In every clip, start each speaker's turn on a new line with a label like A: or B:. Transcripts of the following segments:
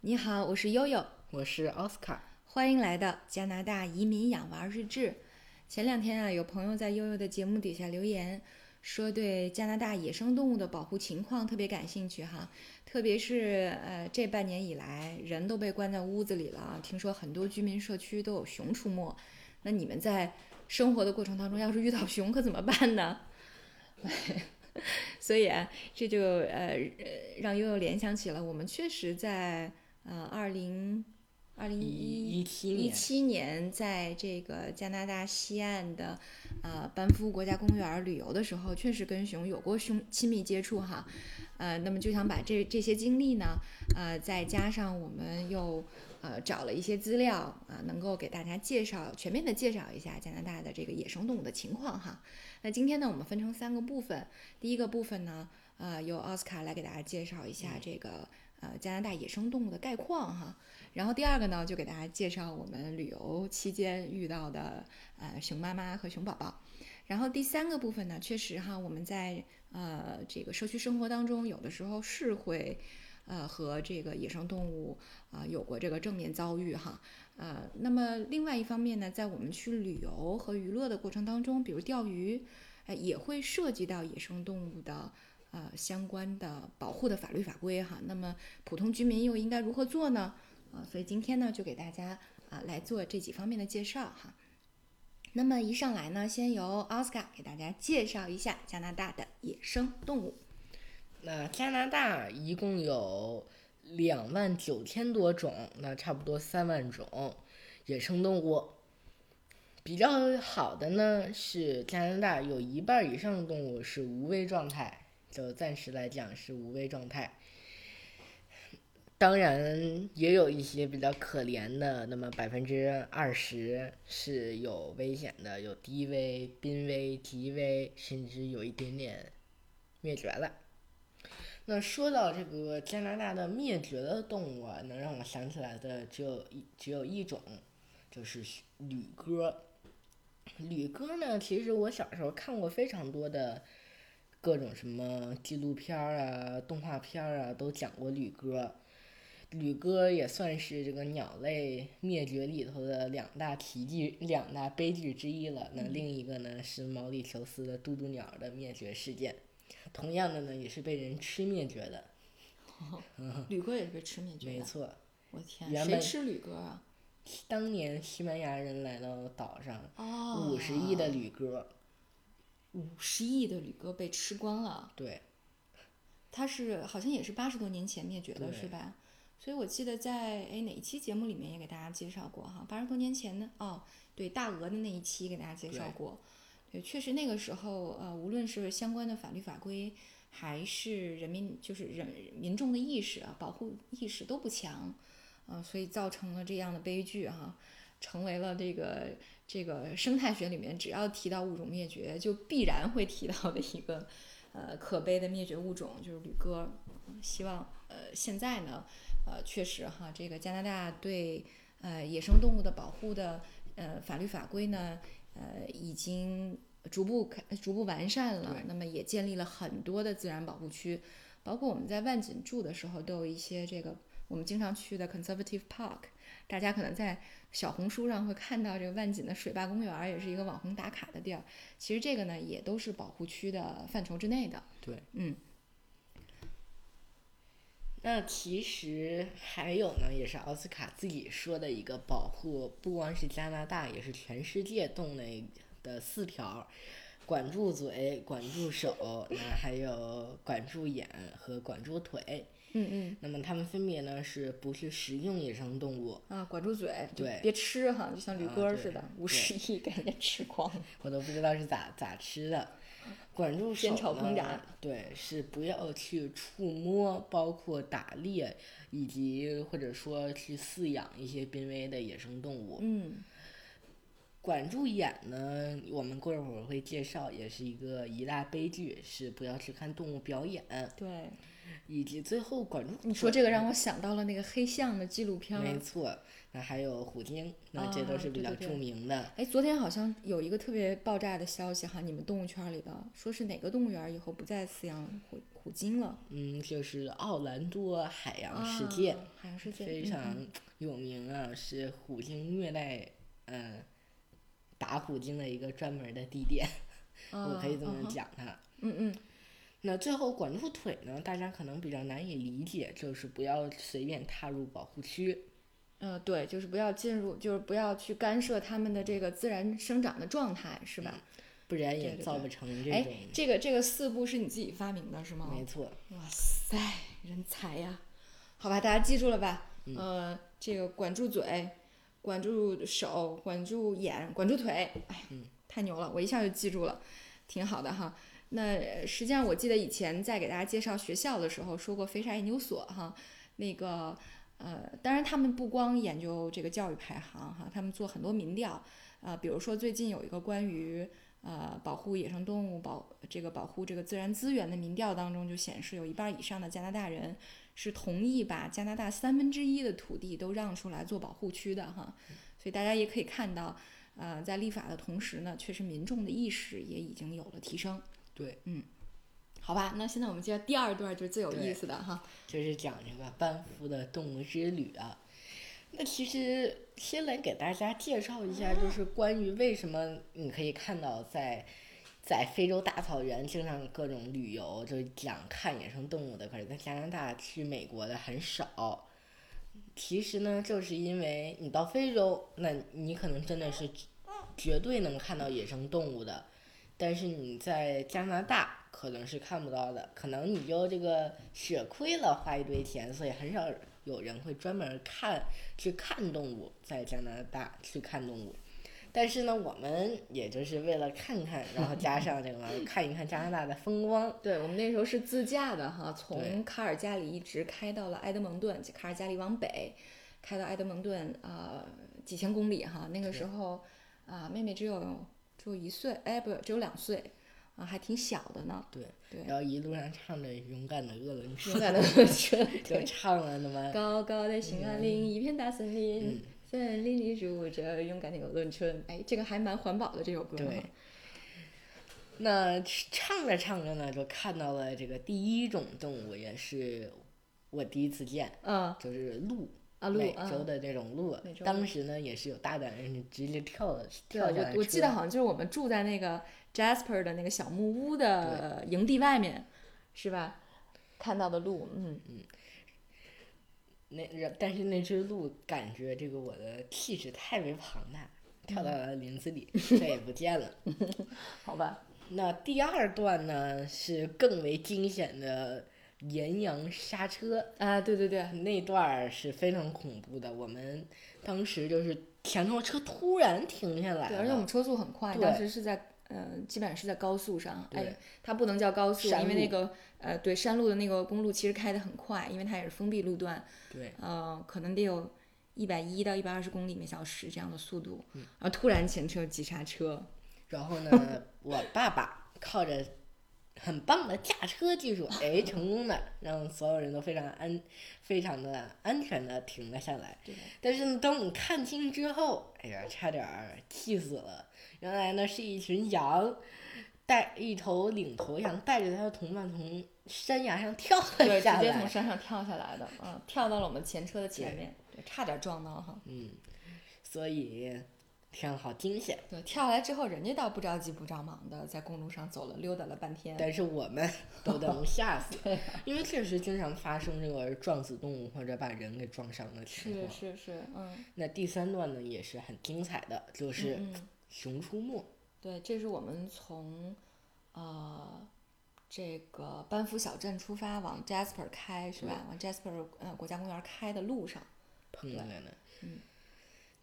A: 你好，我是悠悠，
B: 我是奥斯卡。
A: 欢迎来到加拿大移民养娃日志。前两天啊，有朋友在悠悠的节目底下留言，说对加拿大野生动物的保护情况特别感兴趣哈，特别是呃这半年以来，人都被关在屋子里了，啊听说很多居民社区都有熊出没。那你们在生活的过程当中，要是遇到熊可怎么办呢？ 所以啊，这就呃呃让悠悠联想起了我们确实在呃二零二零
B: 一一七
A: 一
B: 年，
A: 七年在这个加拿大西岸的呃班夫国家公园旅游的时候，确实跟熊有过凶亲密接触哈，呃，那么就想把这这些经历呢，呃，再加上我们又呃找了一些资料啊、能够给大家介绍全面的介绍一下加拿大的这个野生动物的情况哈。那今天呢，我们分成三个部分，第一个部分呢，呃，由奥斯卡来给大家介绍一下
B: 嗯
A: 这个呃加拿大野生动物的概况哈。然后第二个呢，就给大家介绍我们旅游期间遇到的呃熊妈妈和熊宝宝。然后第三个部分呢，确实哈，我们在呃这个社区生活当中，有的时候是会呃和这个野生动物啊、有过这个正面遭遇哈。呃，那么另外一方面呢，在我们去旅游和娱乐的过程当中，比如钓鱼，呃，也会涉及到野生动物的。呃，相关的保护的法律法规哈，那么普通居民又应该如何做呢？啊，所以今天呢，就给大家啊来做这几方面的介绍哈。那么一上来呢，先由奥斯卡给大家介绍一下加拿大的野生动物。
B: 那加拿大一共有两万九千多种，那差不多三万种野生动物。比较好的呢是加拿大有一半以上的动物是无危状态，就暂时来讲是无危状态。当然也有一些比较可怜的，那么百分之二十是有危险的，有低危、濒危、极危，甚至有一点点灭绝了。那说到这个加拿大的灭绝的动物啊，能让我想起来的只有一只有一种，就是旅鸽。旅鸽呢，其实我小时候看过非常多的各种什么纪录片儿啊、动画片儿啊，都讲过旅鸽。旅鸽也算是这个鸟类灭绝里头的两大奇迹、两大悲剧之一了。那另一个呢是毛里求斯的渡渡鸟的灭绝事件。同样的呢，也是被人吃灭绝的。
A: 吕哥也是被吃灭
B: 嗯没，错，
A: 我天
B: 原本
A: 吃吕哥啊？
B: 当年西班牙人来到岛上，
A: 哦
B: 五十亿的旅哥，
A: 五十亿的吕哥被吃光了，
B: 对，
A: 他是好像也是八十多年前灭绝的，
B: 对
A: 是吧？所以我记得在哎哪一期节目里面也给大家介绍过哈，八十多年前呢，哦，对大鹅的那一期给大家介绍
B: 对
A: 过，对，确实那个时候呃，无论是相关的法律法规，还是人民就是人民众的意识啊，保护意识都不强，啊、所以造成了这样的悲剧哈、成为了这个这个生态学里面只要提到物种灭绝，就必然会提到的一个呃可悲的灭绝物种，就是旅鸽。希望呃现在呢，呃确实哈，这个加拿大对呃野生动物的保护的呃法律法规呢，呃已经逐步开逐步完善了
B: 对，
A: 那么也建立了很多的自然保护区，包括我们在万锦住的时候都有一些这个我们经常去的 Conservative Park，大家可能在小红书上会看到这个万锦的水坝公园儿也是一个网红打卡的地儿，其实这个呢也都是保护区的范畴之内的，
B: 对，
A: 嗯。
B: 那其实还有呢，也是奥斯卡自己说的一个保护，不光是加拿大，也是全世界动类的四条：管住嘴、管住手， 那还有管住眼和管住腿。
A: 嗯嗯
B: 那么它们分别呢，是不是食用野生动物？
A: 啊，管住嘴，就
B: 对
A: 别吃哈，就像驴
B: 啊
A: 哥儿
B: 对
A: 似的，五
B: 对
A: 十亿给人家吃光了。
B: 我都不知道是咋咋吃的。管住手
A: 嗯煎炒烹
B: 呢
A: 炸，
B: 对，是不要去触摸，包括打猎，以及或者说去饲养一些濒危的野生动物。
A: 嗯，
B: 管住眼呢，我们过一会儿会介绍，也是一个一大悲剧，是不要去看动物表演，
A: 对，
B: 以及最后管住。
A: 你说这个让我想到了那个黑象的纪录片
B: 没
A: 儿。
B: 错，那还有虎鲸，那这
A: 啊
B: 都是比
A: 对
B: 较
A: 对对
B: 著名的。
A: 哎，昨天好像有一个特别爆炸的消息哈，你们动物圈儿里的，说是哪个动物园儿以后不再饲养虎虎虎鲸了。
B: 嗯，就是奥兰多海洋世界，
A: 啊海洋世界
B: 非
A: 嗯
B: 常有名啊，是虎鲸虐待，嗯，打虎鲸的一个专门的地点，我可以这
A: 啊
B: 么
A: 啊
B: 讲它。
A: 嗯嗯
B: 那最后管住腿呢，大家可能比较难以理解，就是不要随便踏入保护区。
A: 呃，对，就是不要进入，就是不要去干涉它们的这个自然生长的状态，是吧？
B: 不然
A: 对
B: 也
A: 对
B: 造
A: 对
B: 不成这
A: 哎、哦
B: 种。
A: 这个这个四步是你自己发明的是吗？
B: 嗯没错，
A: 哇塞，人才呀！好吧，大家记住了吧？呃，这个管住嘴，管住手，管住眼，管住腿。哎，太牛了，我一下就记住了，挺好的哈。那呃实际上，我记得以前在给大家介绍学校的时候说过飞沙研究所哈，那个呃，当然他们不光研究这个教育排行哈，他们做很多民调，呃，比如说最近有一个关于呃保护野生动物保这个保护这个自然资源的民调当中就显示，有一半以上的加拿大人是同意把加拿大三分之一的土地都让出来做保护区的哈，
B: 嗯
A: 所以大家也可以看到，呃，在立法的同时呢，确实民众的意识也已经有了提升。
B: 对，
A: 嗯，好吧，那现在我们接着第二段就是最有意
B: 对
A: 思的哈，
B: 就是讲这个班夫的动物之旅啊。那其实先来给大家介绍一下，就是关于为什么你可以看到在在非洲大草原经常各种旅游，就是讲看野生动物的，可是在加拿大去美国的很少。其实呢，就是因为你到非洲，那你可能真的是绝对能看到野生动物的，但是你在加拿大可能是看不到的，可能你就这个血亏了，花一堆钱，所以很少有人会专门看去看动物，在加拿大去看动物。但是呢，我们也就是为了看看，然后加上这个看一看加拿大的风光，
A: 对我们那时候是自驾的哈，
B: 对
A: 从卡尔加里一直开到了埃德蒙顿，卡尔加里往北，开到埃德蒙顿啊、呃几千公里哈。那个时候啊、妹妹只有只有一岁，哎不只有两岁啊、还挺小的呢。
B: 对，
A: 对，
B: 然后一路上唱着《勇敢的鄂伦春
A: 勇》，敢的过去了。
B: 就唱了那么
A: 高高的兴安岭，一片大森林
B: 嗯，
A: 森林里住着勇敢的鄂伦春。哎，这个还蛮环保的这首歌。
B: 对，那唱着唱着呢，就看到了这个第一种动物，也是我第一次见，
A: 嗯
B: 就是鹿。
A: 啊鹿
B: 美
A: 啊
B: 洲的这种鹿，
A: 美洲鹿
B: 当时呢也是有大胆人直接跳了
A: 对，
B: 跳下来
A: 我我记
B: 车
A: 得好像就是我们住在那个 Jasper 的那个小木屋的营地外面，是吧？看到的鹿，嗯，
B: 那，然但是那只鹿感觉这个我的气质太为庞大，跳到
A: 嗯
B: 了林子里，再也不见了。
A: 好吧，
B: 那第二段呢是更为惊险的岩羊刹车，
A: 啊，对对对，
B: 那段儿是非常恐怖的。我们当时就是前头车突然停下来
A: 对，
B: 了，
A: 而且我们车速很快，
B: 对
A: 当时是在。呃，基本上是在高速上，
B: 对
A: 哎，它不能叫高速，
B: 山
A: 因为那
B: 路
A: 个呃，对山路的那个公路其实开得很快，因为它也是封闭路段，
B: 对
A: 呃，可能得有一百一到一百二十公里每小时这样的速度，
B: 嗯
A: 然后突然前车急刹车，
B: 然后呢，我爸爸靠着很棒的驾车技术，哎，成功的让所有人都非常安、非常的安全的停了下来。
A: 对
B: 但是呢，当我们看清之后，哎呀，差点儿气死了。原来呢，是一群羊，带一头领头羊带着它的同伴从山崖上跳了
A: 对，直
B: 下
A: 接从
B: 来。
A: 山上跳下来的，嗯，跳到了我们前车的前面，对，差点撞到哈。
B: 嗯，所以天好惊险。
A: 对，跳下来之后，人家倒不着急不着忙的，在公路上走了溜达了半天。
B: 但是 我们都能吓死，
A: 啊
B: 因为确实经常发生这个撞死动物或者把人给撞伤的情
A: 是
B: 况。
A: 是是，嗯
B: 那第三段呢也是很精彩的，就是《
A: 嗯，
B: 熊出没》
A: 对，这是我们从呃这个班夫小镇出发往 Jasper 开是吧？往 Jasper 呃国家公园开的路上，
B: 碰见的。
A: 嗯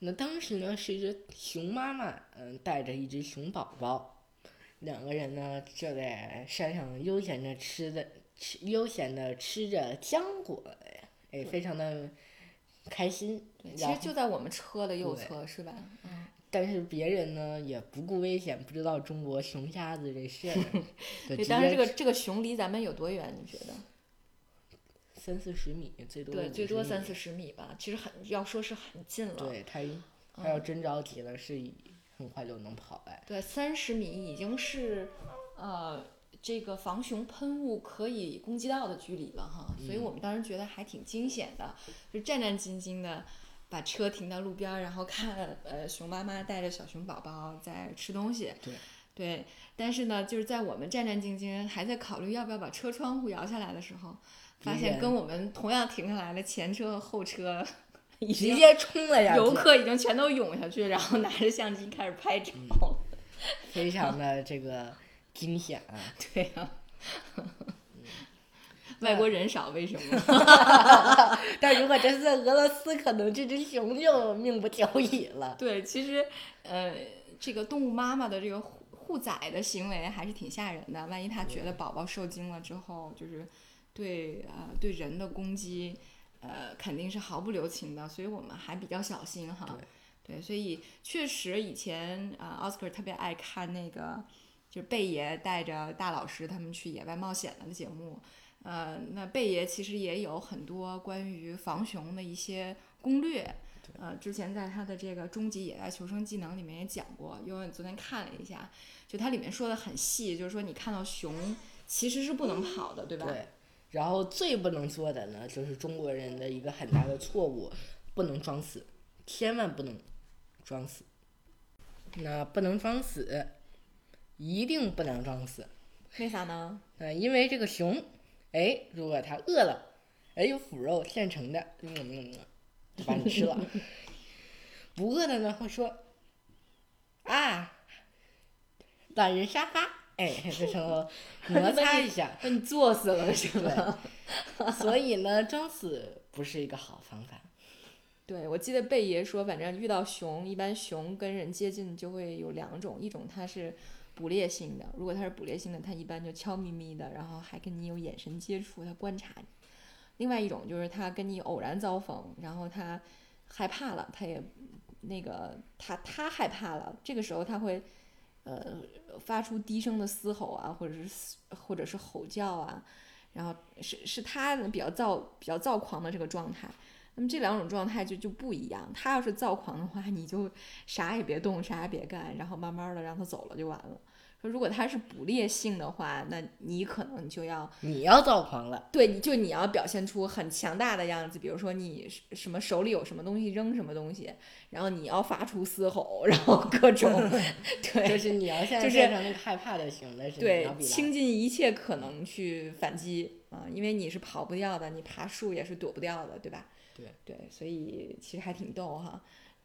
B: 那当时呢是一只熊妈妈，嗯，带着一只熊宝宝，两个人呢就在山上悠闲着吃的吃悠闲的吃着浆果，哎，非常的开心。
A: 对，其
B: 然
A: 实
B: 后
A: 就在我们车的右
B: 对
A: 侧是吧？嗯，
B: 但是别人呢也不顾危险，不知道中国熊瞎子 这事儿，就
A: 对，
B: 直
A: 当时这
B: 接
A: 个这个熊离咱们有多远？你觉得？
B: 三四十米，最多
A: 对，最
B: 50
A: 多
B: 米
A: 三四。十米吧，其实很要说是很近了。
B: 对他，
A: 嗯
B: 他要真着急了，是很快就能跑来。
A: 对，三十米已经是，呃，这个防熊喷雾可以攻击到的距离了哈，所以我们当时觉得还挺惊险的，就战战兢兢的把车停到路边儿，然后看呃熊妈妈带着小熊宝宝在吃东西。
B: 对
A: 对，但是呢，就是在我们战战兢兢还在考虑要不要把车窗户摇下来的时候，发
B: 别
A: 现
B: 人
A: 跟我们同样停下来的前车和后车已
B: 直
A: 经
B: 接冲了下
A: 游
B: 去，
A: 客已经全都涌下去，然后拿着相机开始拍照。
B: 非常的这个惊险啊！
A: 对呀、 外国人少，为什么？
B: 但如果这是在俄罗斯，可能这只熊就命不久矣了。
A: 对，其实呃，这个动物妈妈的这个护护崽的行为还是挺吓人的。万一她觉得宝宝受惊了之后，就是对呃对人的攻击，呃肯定是毫不留情的。所以我们还比较小心哈。对，所以确实以前啊、奥斯卡特别爱看那个，就是贝爷带着大老师他们去野外冒险的节目。呃，那贝爷其实也有很多关于防熊的一些攻略，呃，之前在他的这个《终极野外求生技能》里面也讲过，因为我昨天看了一下，就它里面说的很细，就是说你看到熊其实是不能跑的，对吧？
B: 对，然后最不能做的呢，就是中国人的一个很大的错误，不能装死，千万不能装死。那不能装死，一定不能装死。
A: 为啥呢？
B: 嗯，因为这个熊，哎，如果它饿了，哎，有腐肉现成的，嗯嗯嗯，就把你吃了。 不饿的呢，会说啊，懒人沙发，哎，这时候 摩擦一下，
A: 被你作死了是吧？
B: 对，所以呢，装死不是一个好方 法。
A: 对，我记得贝爷说，反正遇到熊，一般熊跟人接近就会有两种，一种它是捕猎性的，如果它是捕猎性的，它一般就悄咪咪的，然后还跟你有眼神接触，它观察你；另外一种就是它跟你偶然遭逢，然后它害怕了，它也那个它它害怕了，这个时候它会呃发出低声的嘶吼啊，或者是嘶或者是吼叫啊，然后是是它比较躁比较躁狂的这个状态。那么这两种状态就就不一样。他要是躁狂的话，你就啥也别动，啥也别干，然后慢慢的让他走了就完了。说如果他是捕猎性的话，那你可能就要
B: 你要躁狂了，
A: 对，你就你要表现出很强大的样子，比如说你是什么手里有什么东西扔什么东西，然后你要发出嘶吼，然后各种 对，
B: 就是你要现在
A: 就是
B: 变成那个害怕的熊了，是你
A: 对
B: 要，比它嗯
A: 倾尽一切可能去反击啊，因为你是跑不掉的，你爬树也是躲不掉的，对吧？
B: 对
A: 对，所以其实还挺逗哈。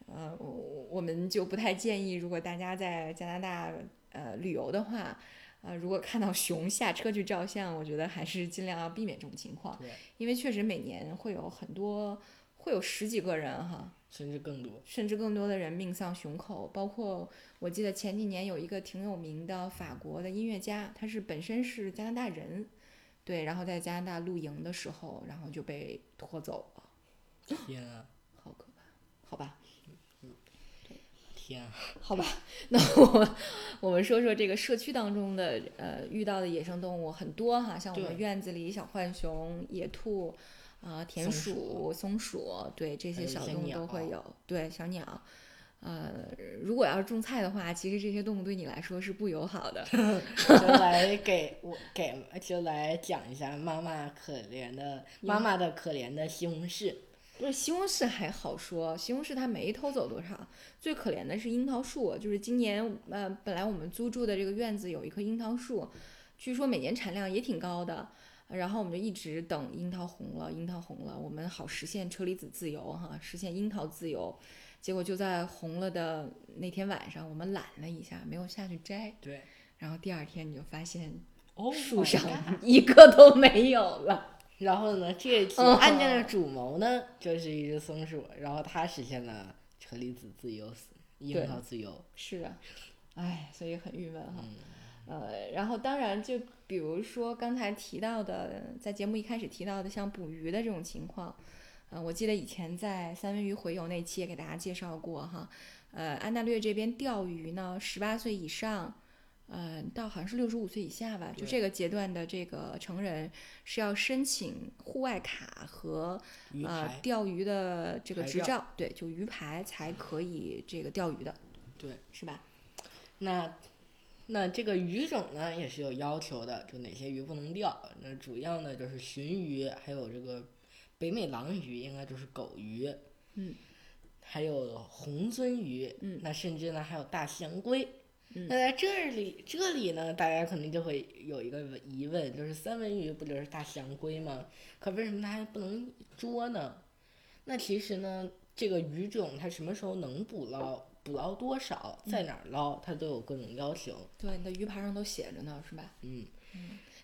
A: 呃，我我我们就不太建议，如果大家在加拿大呃旅游的话，呃，如果看到熊下车去照相，我觉得还是尽量要避免这种情况
B: 对，
A: 因为确实每年会有很多，会有十几个人哈，
B: 甚至更多。
A: 甚至更多的人命丧熊口。包括我记得前几年有一个挺有名的法国的音乐家，他是本身是加拿大人，对，然后在加拿大露营的时候，然后就被拖走了，
B: 天啊，
A: 好可怕，好吧。
B: 天啊！
A: 好吧，那我我们说说这个社区当中的呃遇到的野生动物很多哈，像我们
B: 对
A: 院子里小浣熊、野兔啊、田
B: 松
A: 鼠、松鼠，对这
B: 还
A: 些
B: 有一
A: 小
B: 些
A: 动物都
B: 鸟
A: 会有，对小鸟。呃，如果要是种菜的话，其实这些动物对你来说是不友好的。
B: 就来给我给就来讲一下妈妈可怜的妈妈的可怜的西红柿，
A: 不是西红柿还好说，西红柿它没偷走多少。最可怜的是樱桃树，就是今年呃，本来我们租住的这个院子有一棵樱桃树，据说每年产量也挺高的。然后我们就一直等樱桃红了，樱桃红了，我们好实现车厘子自由哈，实现樱桃自由。结果就在红了的那天晚上，我们懒了一下，没有下去摘。
B: 对，
A: 然后第二天你就发现
B: 哦
A: 树上一个都没有了。
B: 然后呢，这一期
A: 哦
B: 案件的主谋呢，就是一只松鼠，然后它实现了车厘子自由、樱桃自由。
A: 是啊，哎，所以很郁闷哈。
B: 嗯，
A: 呃，然后当然就比如说刚才提到的，在节目一开始提到的，像捕鱼的这种情况，呃，我记得以前在三文鱼洄游那期也给大家介绍过哈，呃，安大略这边钓鱼呢，十八岁以上。呃，到好像是六十五岁以下吧，就
B: 对
A: 这个阶段的这个成人是要申请户外卡和
B: 鱼
A: 呃
B: 排，
A: 钓鱼的这个
B: 牌
A: 执
B: 照
A: 照，对，就鱼牌才可以这个钓鱼的，
B: 对，
A: 是吧？
B: 那那这个鱼种呢也是有要求的，就哪些鱼不能钓。那主要呢就是鲟鱼，还有这个北美狼鱼，应该就是狗鱼。
A: 嗯。
B: 还有红鳟鱼，
A: 嗯
B: 那甚至呢还有大西洋龟。
A: 嗯
B: 那在这里，这里呢，大家可能就会有一个疑问，就是三文鱼不就是大西洋龟吗？可为什么它还不能捉呢？那其实呢，这个鱼种它什么时候能捕捞，捕捞多少，在哪儿捞，它都有各种要求。
A: 对，你的鱼牌上都写着呢，是吧？
B: 嗯，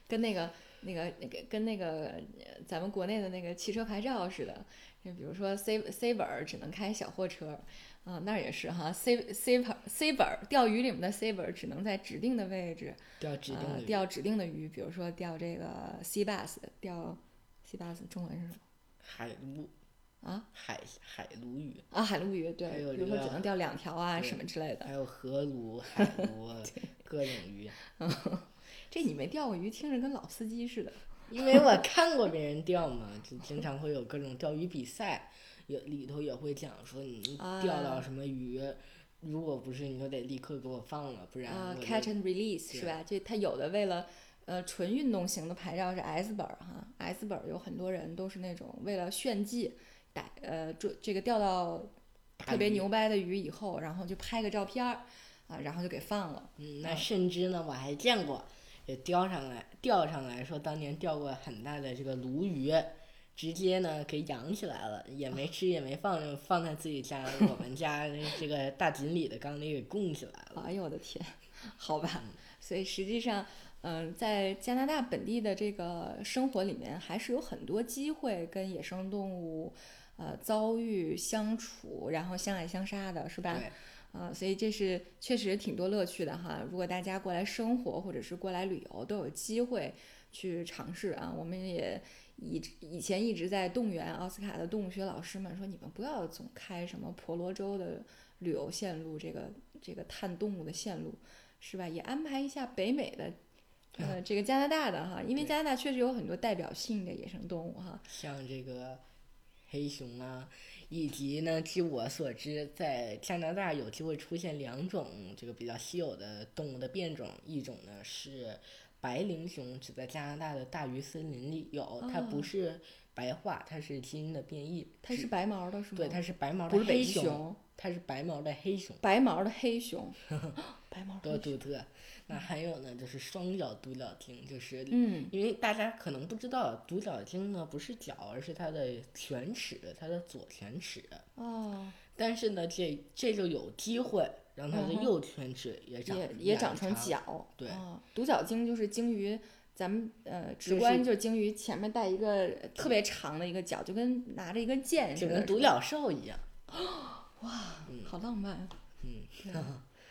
A: 跟那个、那个、那个、跟那个呃咱们国内的那个汽车牌照似的。就比如说 C C 本儿只能开小货车，啊、那儿也是哈。C C 本 C 本儿钓鱼里面的 C 本儿只能在指定的位置，
B: 啊钓指定
A: 呃
B: 的鱼，
A: 钓指定的鱼，比如说钓这个 sea bass，钓 sea bass 中文是什
B: 海鲈
A: 么啊？
B: 海海鲈鱼，
A: 啊，海鲈鱼，
B: 还
A: 对，
B: 有
A: 比如
B: 这
A: 说
B: 个
A: 只能钓两条啊
B: 对
A: 什么之类的。
B: 还有河鲈、海鲈，各种鱼。
A: 这你没钓过鱼，听着跟老司机似的。
B: 因为我看过别人钓嘛，就经常会有各种钓鱼比赛，有里头也会讲说你钓到
A: 啊
B: 什么鱼，如果不是你就得立刻给我放了，不然
A: 啊
B: 我就、
A: ，catch and release
B: 对
A: 是吧？这它有的为了呃纯运动型的牌照是 S 本儿哈，S 本儿有很多人都是那种为了炫技逮呃捉这个钓到
B: 打
A: 特别
B: 鱼。
A: 牛掰的鱼以后，然后就拍个照片儿啊，然后就给放了。
B: 嗯，那甚至呢，我还见过也钓上来，钓上来说当年钓过很大的这个鲈鱼。直接呢给养起来了，也没吃也没放，就放在自己家我们家这个大锦鲤的缸里给供起来了。
A: 哎呦我的天，好吧，所以实际上，嗯、在加拿大本地的这个生活里面，还是有很多机会跟野生动物，呃，遭遇相处，然后相爱相杀的，是吧？
B: 对，
A: 啊、所以这是确实挺多乐趣的哈。如果大家过来生活或者是过来旅游，都有机会去尝试啊。我们也以以前一直在动员奥斯卡的动物学老师们说，你们不要总开什么婆罗洲的旅游线路，这个这个探动物的线路，是吧？也安排一下北美的。呃，这个加拿大的哈，因为
B: 对
A: 加拿大确实有很多代表性的野生动物哈，
B: 像这个黑熊啊，以及呢，据我所知，在加拿大有机会出现两种这个比较稀有的动物的变种，一种呢是白灵熊，只在加拿大的大鱼森林里有，它不
A: 哦
B: 是白化，它是基因的变异，
A: 它是白毛的是吗？
B: 对，它是白毛
A: 不
B: 的
A: 是
B: 黑
A: 北极
B: 熊，
A: 熊，
B: 它是白毛的黑熊，
A: 白毛的黑 熊，白毛的
B: 多
A: 黑熊
B: 独特。那还有呢，就是双脚独角 鲸，就是
A: 嗯，
B: 因为大家可能不知道，独角鲸呢不是脚，而是它的犬齿，它的左犬齿。
A: 哦，
B: 但是呢，这这就有机会让它的
A: 嗯哼
B: 右犬齿也长
A: 也
B: 出
A: 也
B: 牙
A: 长成
B: 长，
A: 角。
B: 对
A: 哦独角鲸就是鲸鱼，咱们呃直
B: 是
A: 观就是鲸鱼前面带一个特别长的一个角，就跟拿着一根剑
B: 就
A: 似
B: 跟
A: 的，
B: 独角兽一样。
A: 好浪漫啊。
B: 嗯，
A: 对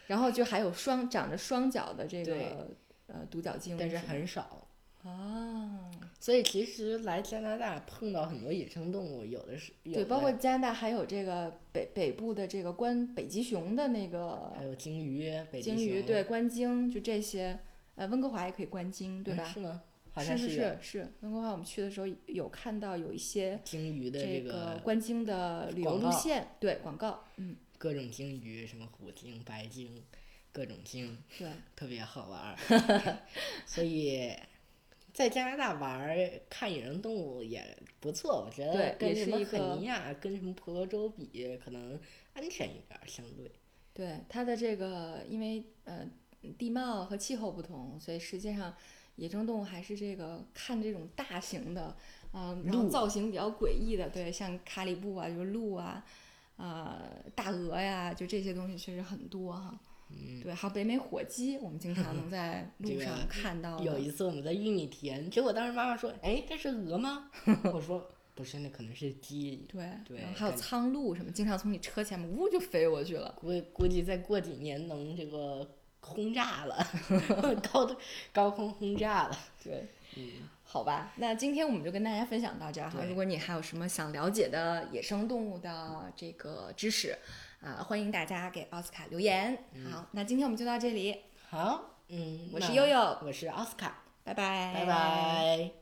A: 然后就还有双长着双脚的这
B: 对
A: 个呃独角鲸，
B: 但是
A: 是
B: 很少。
A: 啊，
B: 所以其实来加拿大碰到很多野生动物，有的是有
A: 对，
B: 的
A: 包括加拿大还有这个北北部的这个关北极熊的那个
B: 还有鲸鱼、北极
A: 鲸鱼，
B: 熊
A: 对，观鲸，就这些。呃，温哥华也可以观鲸，对
B: 嗯
A: 吧？
B: 是吗？好像
A: 是
B: 有
A: 是是，温哥华我们去的时候有看到有一些
B: 鲸鱼的
A: 这个
B: 个
A: 观鲸的旅游
B: 广
A: 路
B: 告
A: 线，对广告，嗯，
B: 各种鲸鱼，什么虎鲸、白鲸，各种鲸。
A: 对，
B: 特别好玩儿， 所以在加拿大玩儿看野生动物也不错，我觉
A: 对
B: 得跟
A: 也
B: 什
A: 是
B: 么
A: 一个
B: 肯尼亚、跟什么婆罗洲比，可能安全一点儿，相对。
A: 对它的这个，因为呃地貌和气候不同，所以实际上野生动物还是这个看这种大型的，嗯、然后
B: 鹿
A: 造型比较诡异的，对，像卡里布啊，就是鹿啊，呃，大鹅呀，就这些东西确实很多哈。
B: 嗯，
A: 对，还有北美火鸡，我们经常能在
B: 这
A: 路
B: 个
A: 上看到的。
B: 有一次我们在玉米田，结果当时妈妈说：“哎，这是鹅吗？” 我说：“不是，那可能是鸡。
A: 对，
B: 对
A: 然后还有
B: 感觉
A: 苍鹭什么，经常从你车前面呜就飞过去了。
B: 估估计再过几年能这个轰炸了， 高的高空轰炸了。
A: 对，
B: 嗯，
A: 好吧，那今天我们就跟大家分享到这儿哈。
B: 对
A: 如果你还有什么想了解的野生动物的这个知识，啊、欢迎大家给奥斯卡留言。好，那今天我们就到这里，
B: 好，嗯，
A: 我是
B: 那哎
A: 悠悠，
B: 我是奥斯卡，
A: 拜拜，
B: 拜拜。